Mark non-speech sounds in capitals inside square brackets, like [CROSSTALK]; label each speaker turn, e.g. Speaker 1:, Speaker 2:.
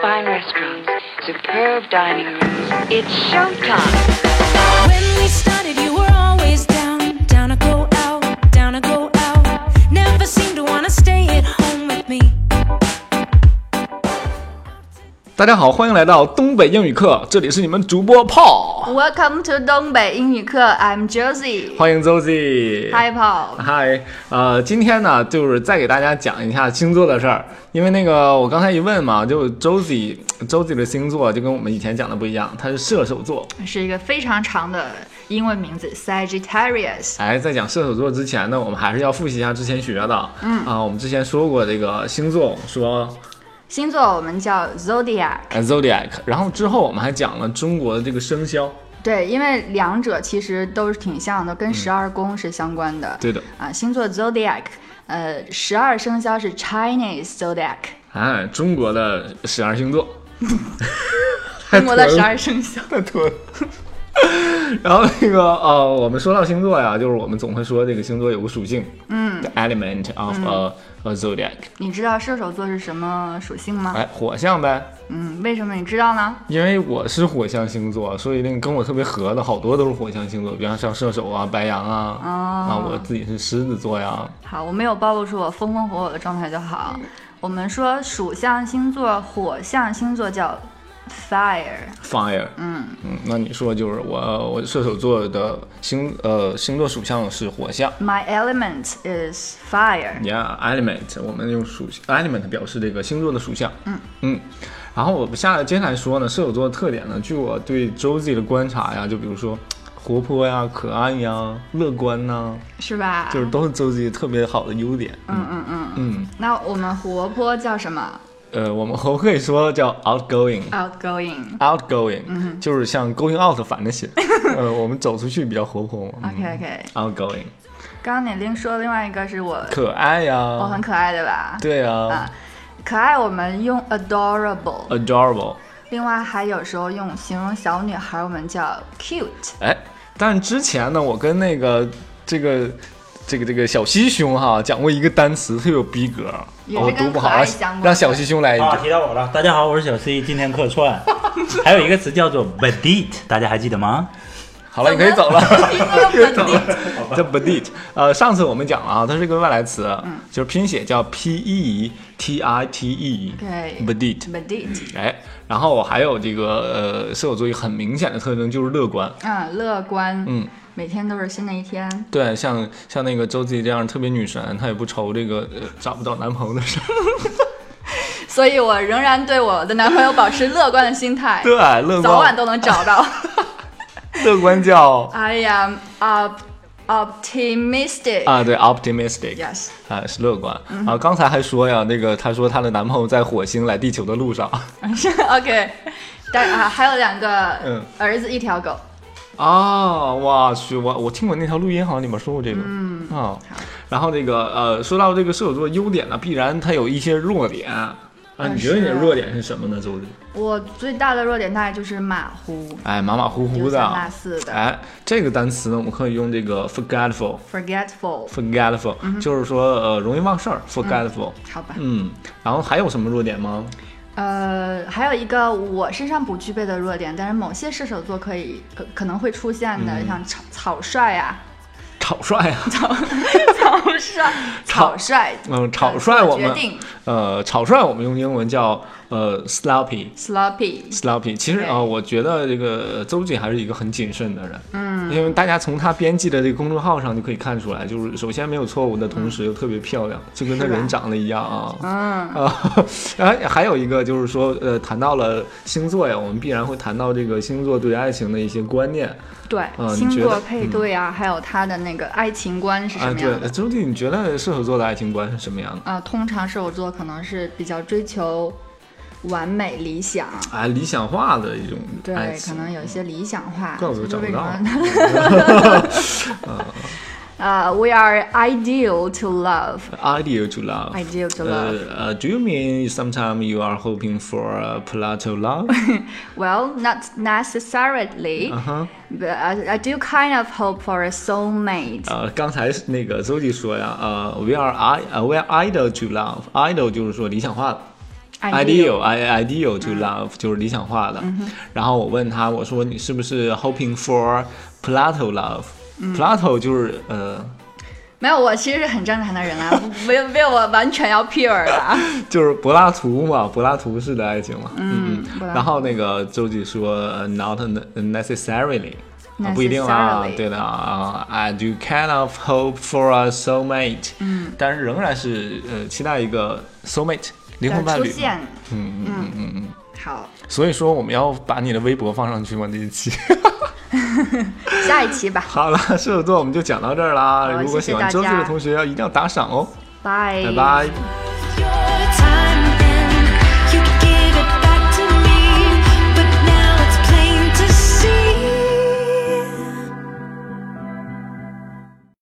Speaker 1: fine restaurants, superb dining rooms. It's showtime.
Speaker 2: When we started, you were always down, down to go out, down to go out. Never seemed to wanna stay at home with me.
Speaker 3: 大家好，欢迎来到东北英语课，这里是你们主播 Paul，
Speaker 4: Welcome to 东北英语课，I'm Josie。
Speaker 3: 欢迎 Zoe。
Speaker 4: Hi Paul，
Speaker 3: 嗨，呃，今天呢，就是再给大家讲一下星座的事儿，因为那个我刚才一问嘛，就 Josie Josie 的星座就跟我们以前讲的不一样，她是射手座。
Speaker 4: 是一个非常长的英文名字 Sagittarius。
Speaker 3: 哎，在讲射手座之前呢，我们还是要复习一下之前学的。嗯啊，我们之前说过这个星座，我们说
Speaker 4: 星座我们叫 Zodiac。
Speaker 3: 呃 zodiac，然后之后我们还讲了中国的这个生肖。
Speaker 4: 对，因为两者其实都是挺像的，跟十二宫是相关的。
Speaker 3: 嗯对的，
Speaker 4: 啊，星座 Zodiac，呃，十二生肖是
Speaker 3: [LAUGHS]
Speaker 4: Chinese Zodiac，
Speaker 3: 哎，中国的十二星
Speaker 4: [LAUGHS]
Speaker 3: 座。
Speaker 4: 中国的十二生肖。
Speaker 3: [LAUGHS] 太多了。然后那个呃，我们说到星座呀，就是我们总会说这个星座有个属性，嗯，the 嗯 element of a, a zodiac，
Speaker 4: 你知道射手座是什么属性吗？
Speaker 3: 哎，火象呗，
Speaker 4: 嗯，为什么你知道呢？
Speaker 3: 因为我是火象星座，所以那个跟我特别合的好多都是火象星座，比方像射手啊、白羊啊，啊，我自己是狮子座呀，
Speaker 4: 好，我没有暴露出我风风火火的状态就好。我们说属相星座，火象星座叫 fire，
Speaker 3: fire，嗯嗯，那你说就是我我射手座的星呃星座属相是火象。
Speaker 4: my element is fire。
Speaker 3: Yeah, 啊 element，我们用属 element 表示这个星座的属相。嗯嗯，然后我们下来接下来说呢，射手座的特点呢，据我对周 o 的观察呀，就比如说活泼呀、可爱呀、乐观呐、
Speaker 4: 是吧？
Speaker 3: 就是都是周 o 特别好的优点。嗯嗯嗯嗯，
Speaker 4: 那我们活泼叫什么
Speaker 3: 呃，我们可不可以说叫 outgoing？
Speaker 4: 嗯？outgoing。
Speaker 3: Outgoing，、就是
Speaker 4: 嗯
Speaker 3: 像 going out 反着
Speaker 4: [LAUGHS]
Speaker 3: 写，呃，我们走出去比较活泼嘛。
Speaker 4: OK OK。
Speaker 3: 嗯 outgoing，
Speaker 4: 刚刚你另说另外一个是我，
Speaker 3: 可爱呀、
Speaker 4: 我哦很可爱对吧？
Speaker 3: 嗯对呀、
Speaker 4: 啊，可爱我们用 adorable，
Speaker 3: a d o r a b l e
Speaker 4: 另外还有时候用形容小女孩，我们叫
Speaker 3: [LAUGHS]
Speaker 4: cute。
Speaker 3: 哎，但之前呢，我跟那个这个这个这个小西兄哈讲过一个单词，特别有逼格，
Speaker 4: 也是
Speaker 3: 我
Speaker 4: 跟
Speaker 3: 读不
Speaker 4: 可
Speaker 3: 好
Speaker 4: 爱相关，的
Speaker 3: 让小西兄来一
Speaker 5: 啊，
Speaker 3: 句。
Speaker 5: 提到我了，大家好，我是小 C，今天客串，还有一个词叫做 bedit，大家还记得吗？
Speaker 3: 好了，你可以走了。 [LAUGHS]
Speaker 4: 一个本
Speaker 3: 叫
Speaker 4: 地
Speaker 3: bedit，呃，上次我们讲了啊，它是个外来词，
Speaker 4: 嗯
Speaker 3: 就是拼写叫 p e t i t e，
Speaker 4: 对
Speaker 3: bedit。
Speaker 4: 本地。
Speaker 3: 哎，然后我还有这个呃，射手座一个很明显的特征就是乐观。
Speaker 4: 嗯，乐观，
Speaker 3: 嗯，
Speaker 4: 每天都是新的一天。
Speaker 3: 对，像像那个周子怡这样特别女神，她也不愁这个、呃、找不到男朋友的事儿。 [LAUGHS]
Speaker 4: 所以我仍然对我的男朋友保持乐观的心态，
Speaker 3: 对，乐观，
Speaker 4: 早晚都能找
Speaker 3: [LAUGHS]
Speaker 4: 到。
Speaker 3: 乐观叫
Speaker 4: I am op，uh, optimistic.
Speaker 3: 啊，对，optimistic，
Speaker 4: Yes， [LAUGHS]
Speaker 3: 啊，是乐观啊。刚才还说呀，那个她说她的男朋友在火星来地球的路上
Speaker 4: 是 OK。但啊，还有两个
Speaker 3: 嗯
Speaker 4: 儿子一条狗。
Speaker 3: [LAUGHS] 啊，我去，我我听过那条录音，好像里面说过这个，嗯啊。然后那个呃，说到这个射手座优点呢，必然它有一些弱点啊。你觉得你的
Speaker 4: 是啊
Speaker 3: 弱点是什么呢，周子？
Speaker 4: 我最大的弱点大概就是马虎、 [LAUGHS]
Speaker 3: 哎，马马虎虎
Speaker 4: 丢三
Speaker 3: 的。
Speaker 4: 落四的、
Speaker 3: 哎，这个单词呢，我们可以用这个 forgetful。
Speaker 4: forgetful。
Speaker 3: forgetful、就是说，呃，容易忘事儿，forgetful。
Speaker 4: 好吧，
Speaker 3: 嗯，然后还有什么弱点吗？
Speaker 4: 呃，还有一个我身上不具备的弱点，但是某些射手座可以可可能会出现
Speaker 3: 嗯
Speaker 4: 的，像草草率
Speaker 3: [LAUGHS]
Speaker 4: 啊，
Speaker 3: 草率啊，
Speaker 4: 草率，草率，
Speaker 3: 嗯，草率我
Speaker 4: 呃决
Speaker 3: 们
Speaker 4: 定
Speaker 3: 呃，草率我们用英文叫呃 sloppy。
Speaker 4: sloppy，
Speaker 3: sloppy，其实
Speaker 4: 对
Speaker 3: 啊、呃我觉得这个周瑾还是一个很谨慎的人，嗯，因为大家从他编辑的这个公众号上就可以看出来，就是首先没有错误的同时又特别漂亮，就跟他
Speaker 4: 是吧
Speaker 3: 人长得一样啊，嗯啊， [LAUGHS] 然后还有一个就是说，呃，谈到了星座呃呀，我们必然会谈到这个星座对爱情的一些观念，
Speaker 4: 对，
Speaker 3: 嗯你
Speaker 4: 星
Speaker 3: 觉
Speaker 4: 座
Speaker 3: 得
Speaker 4: 配对啊，还有他的那个爱情观是什
Speaker 3: 啊，
Speaker 4: 么样
Speaker 3: 对，
Speaker 4: 的？
Speaker 3: 周瑾，你觉得射手座的爱情观是什么样的？
Speaker 4: 啊、通常射手座可能是比较追求完美理想，
Speaker 3: 啊，理想化的一种爱
Speaker 4: 对，
Speaker 3: 情，嗯
Speaker 4: 可能有一些理想化，
Speaker 3: 怪不得找不嗯
Speaker 4: 就是为
Speaker 3: 到
Speaker 4: 什么。
Speaker 3: [LAUGHS]
Speaker 4: [LAUGHS] 呃、w e are ideal to love,
Speaker 3: ideal to love。
Speaker 4: ideal to
Speaker 3: 呃
Speaker 4: love.、 [LAUGHS]
Speaker 3: 呃，Do you mean sometimes you are hoping for a Plato love？
Speaker 4: [LAUGHS] well, not necessarily,
Speaker 3: 啊哈，
Speaker 4: but uh, I, I do kind of hope for a soulmate.
Speaker 3: 呃，刚才是那个周记说呀，呃，we are i 呃 we are idol to love，idol 就是说理想化的，
Speaker 4: Ideal
Speaker 3: ideal，i ideal to love、就是理想化的。然后我问他，我说你是不是 hoping for Plato love？、Plato 就是呃，
Speaker 4: 没有，我其实是很正常的人啊， [LAUGHS] 不没有没有我完全要 pure 的啊。
Speaker 3: 就是柏拉图嘛，柏拉图式的爱情嘛。嗯
Speaker 4: 柏拉图
Speaker 3: 然后那个周记说呃，not necessarily，啊不一定啦
Speaker 4: Necessarily，
Speaker 3: 对的啊。I do kind of hope for a soulmate，嗯，但是仍然是呃期待一个 soulmate 灵魂伴
Speaker 4: 出
Speaker 3: 侣。
Speaker 4: 现，嗯嗯嗯嗯，好，
Speaker 3: 所以说我们要把你的微博放上去吗？这一
Speaker 4: [LAUGHS]
Speaker 3: 期。
Speaker 4: 下一期吧，
Speaker 3: 好了，射手座我们就讲到这儿啦。
Speaker 4: 好
Speaker 3: 如果
Speaker 4: 谢谢
Speaker 3: 喜欢
Speaker 4: 大
Speaker 3: 周记的
Speaker 4: 家哎
Speaker 3: 同学，要一定要打赏哦。
Speaker 4: 拜
Speaker 3: 拜拜。